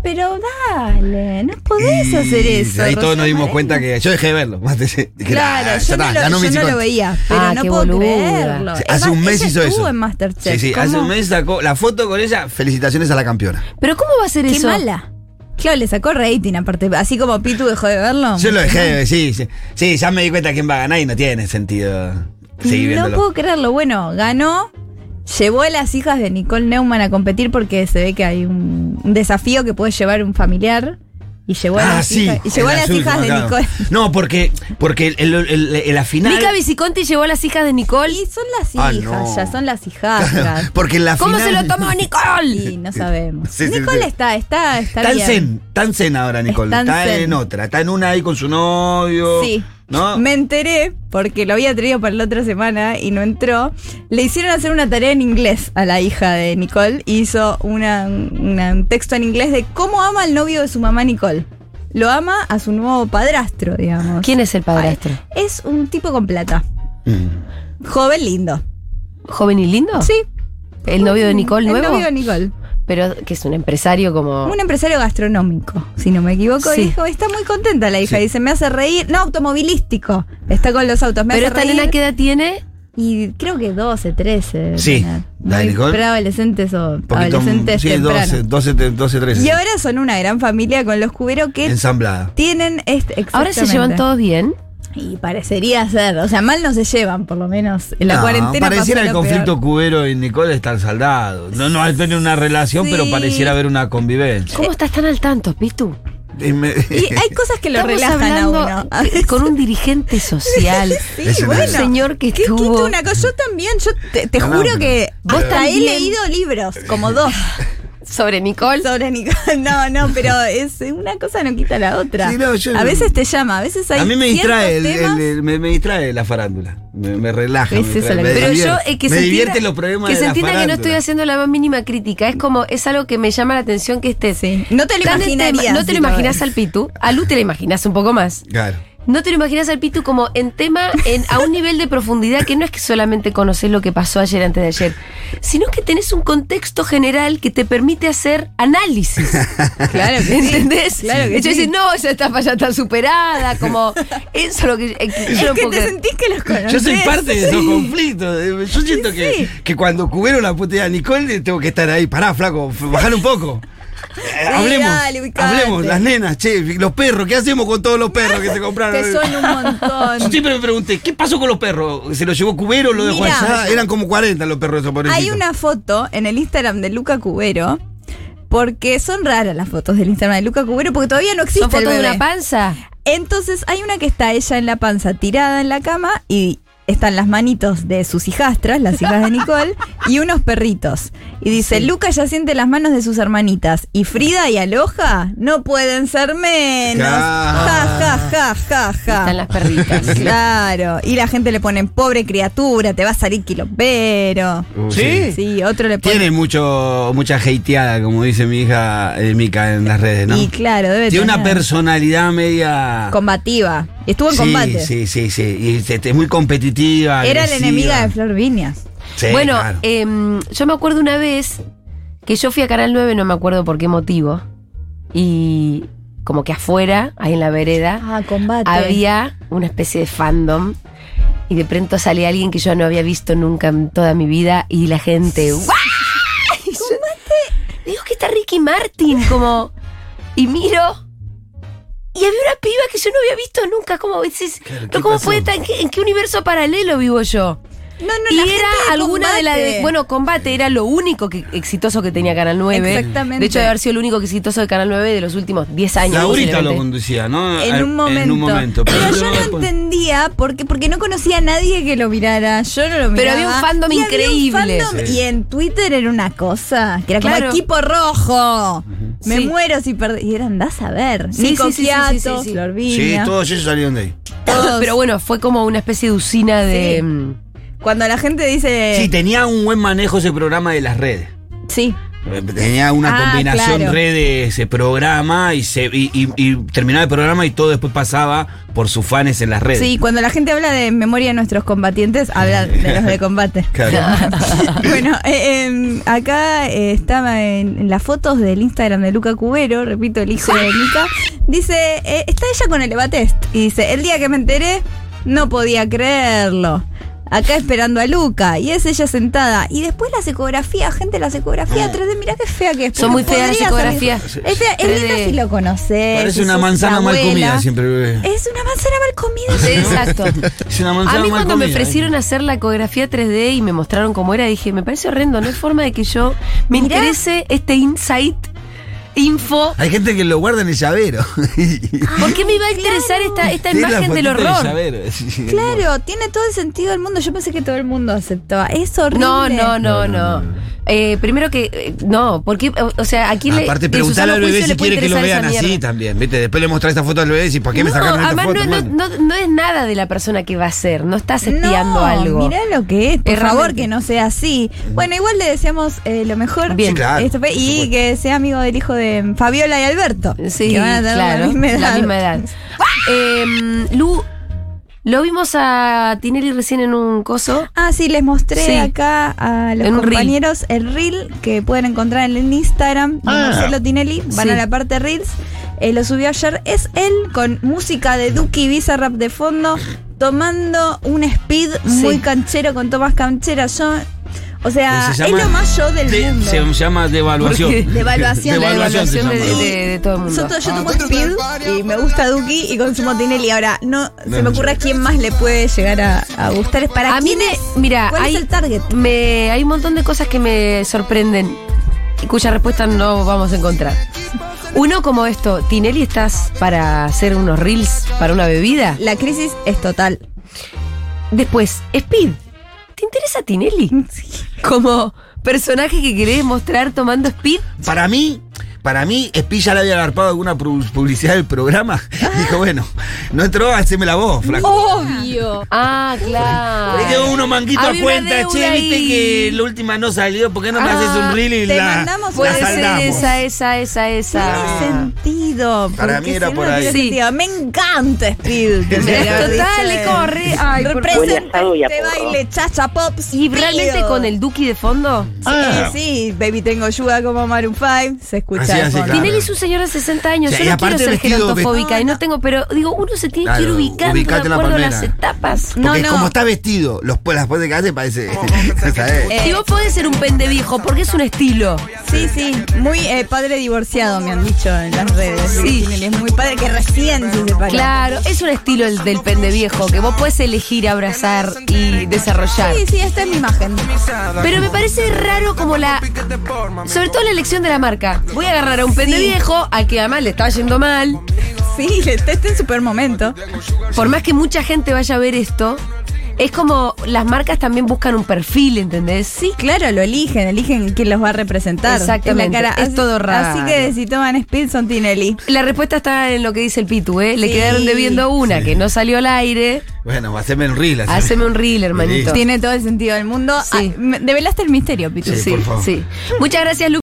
Speaker 3: Pero dale, no podés
Speaker 4: Y
Speaker 3: hacer eso.
Speaker 4: Ahí todos
Speaker 3: Rocío
Speaker 4: nos dimos
Speaker 3: Marengo.
Speaker 4: cuenta que. Yo dejé de verlo. Dije, "Ah,
Speaker 3: Claro,
Speaker 4: ya
Speaker 3: yo,
Speaker 4: está,
Speaker 3: no lo,
Speaker 4: ganó
Speaker 3: yo no
Speaker 4: Viciconte".
Speaker 3: lo veía, pero
Speaker 2: Ah,
Speaker 3: no
Speaker 2: qué
Speaker 3: puedo
Speaker 2: boluda.
Speaker 3: creerlo.
Speaker 4: Sí,
Speaker 3: Es
Speaker 4: Hace
Speaker 3: más,
Speaker 4: un mes
Speaker 3: ella
Speaker 4: hizo
Speaker 3: estuvo
Speaker 4: eso.
Speaker 3: en Masterchef.
Speaker 4: Sí, sí, hace
Speaker 3: ¿Cómo?
Speaker 4: un mes sacó la foto con ella. Felicitaciones a la campeona.
Speaker 2: Pero ¿cómo va a ser
Speaker 3: Qué
Speaker 2: eso?
Speaker 3: mala. Claro, le sacó rating aparte. Así como Pitu dejó de verlo.
Speaker 4: Yo lo dejé, de ver, sí, sí. Sí, ya me di cuenta quién va a ganar y no tiene sentido seguir
Speaker 3: no
Speaker 4: viéndolo.
Speaker 3: puedo creerlo. Bueno, ganó. Llevó a las hijas de Nicole Neumann a competir porque se ve que hay un, un desafío que puede llevar un familiar. Y llevó a
Speaker 4: ah,
Speaker 3: las,
Speaker 4: sí.
Speaker 3: hijas, y llevó a
Speaker 4: en
Speaker 3: las
Speaker 4: azul,
Speaker 3: hijas de
Speaker 4: claro.
Speaker 3: Nicole.
Speaker 4: No, porque, porque el, el, el- el- la final.
Speaker 2: Mica Viciconti llevó a las hijas de Nicole.
Speaker 3: Y son las
Speaker 4: Ah,
Speaker 3: hijas,
Speaker 4: no.
Speaker 3: ya son las hijas.
Speaker 4: Porque en la
Speaker 2: ¿Cómo
Speaker 4: final.
Speaker 2: se lo tomó Nicole?
Speaker 3: y no sabemos.
Speaker 4: Sí, sí,
Speaker 3: Nicole
Speaker 4: sí.
Speaker 3: está, está, está
Speaker 4: Tan
Speaker 3: bien.
Speaker 4: zen, tan zen ahora, Nicole.
Speaker 3: tan
Speaker 4: Está
Speaker 3: zen.
Speaker 4: en otra. Está en una ahí con su novio.
Speaker 3: Sí.
Speaker 4: ¿No?
Speaker 3: Me enteré porque lo había traído para la otra semana y no entró. Le hicieron hacer una tarea en inglés a la hija de Nicole y hizo una, una- un texto en inglés de cómo ama al novio de su mamá Nicole. Lo ama a su nuevo padrastro, digamos.
Speaker 2: ¿Quién es el padrastro?
Speaker 3: Es un tipo con plata.
Speaker 4: Mm.
Speaker 3: Joven lindo.
Speaker 2: ¿Joven y lindo?
Speaker 3: Sí.
Speaker 2: ¿El novio de Nicole
Speaker 3: El
Speaker 2: nuevo?
Speaker 3: novio de Nicole.
Speaker 2: Pero que es un empresario como.
Speaker 3: Un empresario gastronómico, si no me equivoco.
Speaker 2: Sí.
Speaker 3: Y dijo, está muy contenta la hija.
Speaker 4: Sí.
Speaker 3: Dice, me hace reír. No, automovilístico. Está con los autos. Me
Speaker 2: Pero
Speaker 3: hace
Speaker 2: esta
Speaker 3: reír.
Speaker 2: nena, ¿qué edad tiene?
Speaker 3: Y creo que 12, 13.
Speaker 4: Sí,
Speaker 3: nena.
Speaker 4: la de
Speaker 3: Muy
Speaker 4: Nicole.
Speaker 3: Preadolescentes o
Speaker 4: Poquito,
Speaker 3: adolescentes
Speaker 4: sí,
Speaker 3: tempranos.
Speaker 4: 12, 12, 12, 13.
Speaker 3: Y ahora son una gran familia con los cuberos que
Speaker 4: Ensamblada.
Speaker 3: tienen este.
Speaker 2: Ahora se
Speaker 3: exactamente.
Speaker 2: llevan todos bien.
Speaker 3: Y parecería ser. O sea, mal no se llevan, por lo menos. En la
Speaker 4: No,
Speaker 3: cuarentena.
Speaker 4: Pareciera
Speaker 3: pasó
Speaker 4: el
Speaker 3: lo
Speaker 4: conflicto
Speaker 3: peor.
Speaker 4: cubero y Nicole están saldados. No, no tienen una relación,
Speaker 3: Sí.
Speaker 4: pero pareciera haber una convivencia.
Speaker 2: ¿Cómo estás tan al tanto, Pitu?
Speaker 4: Y me-
Speaker 3: Y hay cosas que lo
Speaker 2: Estamos
Speaker 3: relajan a
Speaker 2: hablando
Speaker 3: uno. A veces-
Speaker 2: con un dirigente social.
Speaker 3: Sí,
Speaker 4: Es una-
Speaker 3: bueno.
Speaker 2: Un señor que
Speaker 3: ¿Qué
Speaker 2: estuvo.
Speaker 3: quito una cosa? Yo también, yo te, te
Speaker 4: No, no,
Speaker 3: juro
Speaker 4: pero-
Speaker 3: que
Speaker 2: Vos
Speaker 3: hasta he
Speaker 2: también.
Speaker 3: leído libros, como dos,
Speaker 2: Sobre Nicole.
Speaker 3: sobre Nicole. No, no, pero es una cosa no quita la otra.
Speaker 4: Sí, no, yo-
Speaker 3: a veces te llama, a veces hay
Speaker 4: a mí me
Speaker 3: ciertos
Speaker 4: distrae, el-
Speaker 3: temas-
Speaker 4: el- el- me, me distrae la farándula. Me, me relaja.
Speaker 2: Pues
Speaker 3: Es
Speaker 4: me
Speaker 3: eso
Speaker 4: distrae,
Speaker 3: lo
Speaker 4: me
Speaker 3: que-
Speaker 2: Pero yo,
Speaker 4: divierte.
Speaker 2: eh, que
Speaker 4: me
Speaker 2: se entienda-
Speaker 4: divierten los problemas
Speaker 2: que
Speaker 4: de
Speaker 2: se
Speaker 4: la
Speaker 2: entienda que no estoy
Speaker 4: farándula.
Speaker 2: haciendo la más mínima crítica. Es como, es algo que me llama la atención que estés.
Speaker 3: Sí. No te lo
Speaker 2: tan en
Speaker 3: imaginarías,
Speaker 2: tema- No te lo
Speaker 3: si lo
Speaker 2: imaginas
Speaker 3: ves.
Speaker 2: al Pitu. A Lu te la imaginas un poco más.
Speaker 4: Claro.
Speaker 2: No te lo imaginas al Pitu como en tema, en, a un nivel de profundidad que no es que solamente conoces lo que pasó ayer antes de ayer, sino que tenés un contexto general que te permite hacer análisis.
Speaker 3: Claro que sí.
Speaker 2: ¿Entendés?
Speaker 3: Claro que
Speaker 2: Y yo
Speaker 3: sí.
Speaker 2: dice, no, esa etapa ya está superada, como eso es lo que eh, que yo
Speaker 3: Es
Speaker 2: no
Speaker 3: que
Speaker 2: puedo
Speaker 3: te
Speaker 2: creer.
Speaker 3: sentís que los conoces.
Speaker 4: Yo soy parte de esos conflictos. eh, Yo siento
Speaker 3: Sí,
Speaker 4: que,
Speaker 3: sí.
Speaker 4: que cuando cubero la puteada a Nicole, eh, tengo que estar ahí. Pará, flaco, f- bajar un poco. Eh, hablemos,
Speaker 3: dale, ubicate.
Speaker 4: hablemos, las nenas, che, los perros, ¿qué hacemos con todos los perros que se compraron?
Speaker 3: Que son un montón.
Speaker 4: Yo siempre me pregunté, ¿qué pasó con los perros? ¿Se los llevó Cubero lo dejó
Speaker 3: Mirá.
Speaker 4: allá? Eran como 40 los perros esos pobrecitos.
Speaker 3: Hay una foto en el Instagram de Luca Cubero. Porque son raras las fotos del Instagram de Luca Cubero, porque todavía no existe
Speaker 2: ¿Son
Speaker 3: el
Speaker 2: fotos de
Speaker 3: bebé.
Speaker 2: una panza?
Speaker 3: Entonces hay una que está ella en la panza tirada en la cama y están las manitos de sus hijastras, las hijas de Nicole, y unos perritos. Y dice, Luca ya siente las manos de sus hermanitas. Y Frida y Aloja no pueden ser menos. Ja, ja, ja, ja, ja.
Speaker 2: Están las perritas.
Speaker 3: Ah. Claro. Y la gente le pone, pobre criatura, te va a salir quilombero.
Speaker 4: Uh, ¿Sí?
Speaker 3: Sí, otro le pone...
Speaker 4: Tiene mucho, mucha hateada, como dice mi hija eh, Mica en las redes, ¿no?
Speaker 3: Y claro, debe
Speaker 4: Tiene una
Speaker 3: tener.
Speaker 4: personalidad media.
Speaker 3: Combativa. Estuvo en
Speaker 4: sí,
Speaker 3: combate.
Speaker 4: Sí, sí, sí. Y es, este, es muy competitiva.
Speaker 3: Era la
Speaker 4: agresiva.
Speaker 3: enemiga de Flor Viñas.
Speaker 4: Sí,
Speaker 2: Eh, bueno,
Speaker 3: Eh,
Speaker 4: claro.
Speaker 2: em, yo me acuerdo una vez que yo fui a Canal 9, no me acuerdo por qué motivo, y como que afuera, ahí en la vereda,
Speaker 3: Ah, combate.
Speaker 2: había una especie de fandom. Y de pronto salía alguien que yo no había visto nunca en toda mi vida y la gente... ¡guau! Y yo- Digo que está Ricky Martin como... Y miro... Y había una piba que yo no había visto nunca. Como dices,
Speaker 4: Claro,
Speaker 2: no,
Speaker 4: ¿qué
Speaker 2: ¿cómo
Speaker 4: pasó?
Speaker 2: puede tan- qué- ¿en qué universo paralelo vivo yo?
Speaker 3: No, no,
Speaker 2: y
Speaker 3: la
Speaker 2: era
Speaker 3: gente de
Speaker 2: alguna de las
Speaker 3: combate.
Speaker 2: de. Bueno, combate era lo único que, exitoso que tenía Canal 9.
Speaker 3: Exactamente.
Speaker 2: De hecho, de haber sido el único que exitoso de Canal 9 de los últimos 10 años.
Speaker 4: Laurita lo
Speaker 2: posiblemente.
Speaker 4: conducía, ¿no?
Speaker 3: en
Speaker 4: Al-
Speaker 3: un momento.
Speaker 4: Ah, En un momento.
Speaker 3: Pero,
Speaker 4: después-
Speaker 3: yo no entendía porque, porque no conocía a nadie que lo mirara. Yo no lo miraba.
Speaker 2: Pero había un fandom
Speaker 3: Y había un
Speaker 2: increíble.
Speaker 3: fandom-
Speaker 4: Sí.
Speaker 3: Y en Twitter era una cosa, que era
Speaker 2: Claro.
Speaker 3: como equipo rojo. Me
Speaker 2: Sí.
Speaker 3: muero si perdí. Y era, andás a ver.
Speaker 2: Sí,
Speaker 3: Nico
Speaker 2: sí, sí, sí,
Speaker 3: Quiato,
Speaker 2: sí, sí, sí.
Speaker 3: Flor
Speaker 4: Sí,
Speaker 3: Vigna.
Speaker 4: todos ellos salieron de ahí.
Speaker 3: todos.
Speaker 2: Pero bueno, fue como una especie de usina de.
Speaker 3: Sí.
Speaker 2: mm,
Speaker 3: Cuando la gente dice.
Speaker 4: Sí, tenía un buen manejo ese programa de las redes.
Speaker 3: Sí.
Speaker 4: Eh, Tenía una
Speaker 3: Ah,
Speaker 4: combinación
Speaker 3: claro.
Speaker 4: redes, ese programa y, se, y, y- y terminaba el programa y todo después pasaba por sus fans en las redes.
Speaker 3: Sí, cuando la gente habla de memoria de nuestros combatientes, habla de los de combate.
Speaker 4: Claro.
Speaker 3: bueno, eh, em, acá eh, estaba en, en las fotos del Instagram de Luca Cubero, repito, el hijo de Luca. Dice, eh, está ella con el Evatest. Y dice, el día que me enteré, no podía creerlo. Acá esperando a Luca. Y es ella sentada. Y después las ecografías, gente, las ecografías 3D, mirá qué fea que es.
Speaker 2: Mm. Son muy
Speaker 3: porque
Speaker 2: feas las
Speaker 3: podría salir-
Speaker 2: ecografías
Speaker 3: Es fea, es
Speaker 2: 3D.
Speaker 3: linda si lo conoces.
Speaker 4: Parece
Speaker 3: si
Speaker 4: una
Speaker 3: sos
Speaker 4: manzana mal
Speaker 3: abuela.
Speaker 4: comida siempre. eh.
Speaker 3: Es una manzana mal comida.
Speaker 2: Exacto.
Speaker 4: Es una
Speaker 2: A
Speaker 4: manzana
Speaker 2: mí
Speaker 4: mal
Speaker 2: cuando me
Speaker 4: comida. ¿eh?
Speaker 2: ofrecieron hacer la ecografía 3D y me mostraron cómo era, dije, me parece horrendo, no hay forma de que yo me
Speaker 3: Mirá.
Speaker 2: interese este insight, info.
Speaker 4: Hay gente que lo guarda en el llavero.
Speaker 2: ¿Por qué me iba a interesar esta, esta
Speaker 4: Tiene la
Speaker 2: imagen del
Speaker 4: fotito en el
Speaker 2: horror?
Speaker 4: llavero.
Speaker 3: Claro, tiene todo el sentido del mundo. Yo pensé que todo el mundo aceptaba. Es horrible.
Speaker 2: No, no, no,
Speaker 4: No, no,
Speaker 2: no. Eh, primero que, eh, no, porque, o sea, aquí le.
Speaker 4: Aparte,
Speaker 2: de
Speaker 4: preguntarle
Speaker 2: Susana
Speaker 4: al bebé
Speaker 2: Juicio
Speaker 4: si
Speaker 2: le puede
Speaker 4: quiere que lo
Speaker 2: interesar
Speaker 4: vean
Speaker 2: esa
Speaker 4: así
Speaker 2: mierda.
Speaker 4: también. ¿Viste? Después le mostrás esta foto al bebé y decís, ¿para qué me
Speaker 2: No,
Speaker 4: sacaron esta
Speaker 2: además
Speaker 4: foto?
Speaker 2: no,
Speaker 4: hermano?
Speaker 2: no- no- no es nada de la persona que va a ser, no estás espiando
Speaker 3: No,
Speaker 2: algo.
Speaker 3: Mirá lo que es. Por
Speaker 2: Es
Speaker 3: favor,
Speaker 2: realmente-
Speaker 3: que no sea así. Bueno, igual le deseamos eh, lo mejor.
Speaker 2: Bien. Sí,
Speaker 4: claro,
Speaker 3: Esto fue-
Speaker 4: por
Speaker 3: y
Speaker 4: supuesto.
Speaker 3: que sea amigo del hijo de Fabiola y Alberto.
Speaker 2: Sí,
Speaker 3: que van a tener
Speaker 2: claro,
Speaker 3: la misma edad.
Speaker 2: Em, Lu, lo vimos a Tinelli recién en un coso.
Speaker 3: Ah, sí, les mostré
Speaker 2: Sí.
Speaker 3: acá a los
Speaker 2: En un reel.
Speaker 3: compañeros el reel que pueden encontrar en el Instagram de Marcelo Tinelli. Van
Speaker 2: Sí.
Speaker 3: a la parte reels. Eh, lo subió ayer. Es él con música de Duki Bizarrap de fondo, tomando un speed
Speaker 2: Sí.
Speaker 3: muy canchero con tomas cancheras. Yo, o sea,
Speaker 4: Se
Speaker 3: es
Speaker 4: llama
Speaker 3: lo más yo del
Speaker 4: de-
Speaker 3: mundo.
Speaker 4: Se llama devaluación.
Speaker 2: ¿Por qué?
Speaker 3: Devaluación.
Speaker 2: La
Speaker 4: Devaluación se
Speaker 2: evaluación de,
Speaker 4: llama.
Speaker 2: de- de todo el mundo.
Speaker 3: Yo, to- yo tomo speed y me gusta Duki y consumo Tinelli. Ahora, no se me ocurre a quién más le puede llegar a, a gustar. Es para
Speaker 2: a mí
Speaker 3: quién es?
Speaker 2: me, mira,
Speaker 3: ¿Cuál
Speaker 2: hay,
Speaker 3: es el target?
Speaker 2: me- hay un montón de cosas que me sorprenden y cuya respuesta no vamos a encontrar. Uno como esto, Tinelli estás para hacer unos reels para una bebida.
Speaker 3: La crisis es total.
Speaker 2: Después, Speed. ¿Te interesa Tinelli? Como personaje que querés mostrar tomando Speed.
Speaker 4: Para mí, para mí, Espi ya le había agarpado alguna pu- publicidad del programa.
Speaker 2: Ah.
Speaker 4: Dijo, bueno, no entró, hacémela vos, flaco.
Speaker 2: Obvio. Ah, claro.
Speaker 4: Le quedó uno manquito a
Speaker 2: Había una
Speaker 4: cuenta,
Speaker 2: deuda
Speaker 4: che, viste
Speaker 2: ahí.
Speaker 4: que la última no salió, ¿por qué no me
Speaker 2: Ah,
Speaker 4: haces un reel y
Speaker 3: te
Speaker 4: la,
Speaker 3: mandamos
Speaker 4: la
Speaker 2: Puede
Speaker 3: una-
Speaker 2: ser
Speaker 4: saldamos? Ah.
Speaker 2: esa, esa, esa,
Speaker 3: Tiene
Speaker 2: esa.
Speaker 3: sentido.
Speaker 4: Para
Speaker 3: porque
Speaker 4: mí era
Speaker 3: si no,
Speaker 4: por
Speaker 3: no
Speaker 4: ahí.
Speaker 3: tiene
Speaker 2: Ah. Sí.
Speaker 3: sentido. Me encanta Speed. que me lo
Speaker 2: Total,
Speaker 3: dice.
Speaker 2: le corre. Ay, por-
Speaker 3: Representa este baile, chacha pop.
Speaker 2: Y realmente
Speaker 3: Speed.
Speaker 2: con el Duki de fondo.
Speaker 3: Sí,
Speaker 4: Ah.
Speaker 3: sí, baby tengo ayuda como Maroon 5. Se escucha.
Speaker 4: Así,
Speaker 3: de
Speaker 4: así,
Speaker 3: fondo.
Speaker 4: claro.
Speaker 2: Tinelli es un señor de 60 años.
Speaker 4: Sí,
Speaker 2: Yo
Speaker 4: y
Speaker 2: no quiero
Speaker 4: aparte
Speaker 2: ser
Speaker 4: vestido de-
Speaker 2: gerontofóbica
Speaker 3: Ah,
Speaker 2: y no tengo, pero digo, uno se tiene que ir
Speaker 4: Claro,
Speaker 2: ubicando
Speaker 4: ubicate
Speaker 2: de
Speaker 4: la
Speaker 2: acuerdo a las
Speaker 4: palmera.
Speaker 2: etapas.
Speaker 4: Porque
Speaker 3: No, no.
Speaker 4: como está vestido, los, las poses que hace parece. ¿sabes?
Speaker 3: Eh,
Speaker 2: Y vos podés ser un pendeviejo, porque es un estilo.
Speaker 3: Sí, sí, muy eh, padre divorciado, me han dicho en las redes.
Speaker 2: Sí.
Speaker 3: Tinelli es muy padre que recién se separó.
Speaker 2: Claro, es un estilo el del pendeviejo, que vos podés elegir, abrazar y desarrollar.
Speaker 3: Sí, sí, esta es mi imagen.
Speaker 2: Pero me parece raro como la. Sobre todo la elección de la marca. Voy a agarrar a un pendeviejo, al que además le está yendo mal.
Speaker 3: Sí, este, está está en super momento.
Speaker 2: Por más que mucha gente vaya a ver esto, es como las marcas también buscan un perfil, ¿entendés? Sí.
Speaker 3: Claro, lo eligen, eligen quién los va a representar.
Speaker 2: Exactamente,
Speaker 3: Es, la
Speaker 2: es todo raro.
Speaker 3: Así que si toman Speed son Tinelli.
Speaker 2: La respuesta está en lo que dice el Pitu, ¿eh? Le
Speaker 3: Sí.
Speaker 2: quedaron debiendo una que no salió al aire.
Speaker 4: Bueno, haceme un reel. haceme-
Speaker 2: Haceme un reel, hermanito.
Speaker 4: Sí.
Speaker 3: Tiene todo el sentido del mundo.
Speaker 2: Sí.
Speaker 3: Ah, me- develaste el misterio, Pitu.
Speaker 4: Sí, por favor.
Speaker 2: sí. Muchas gracias, Lu.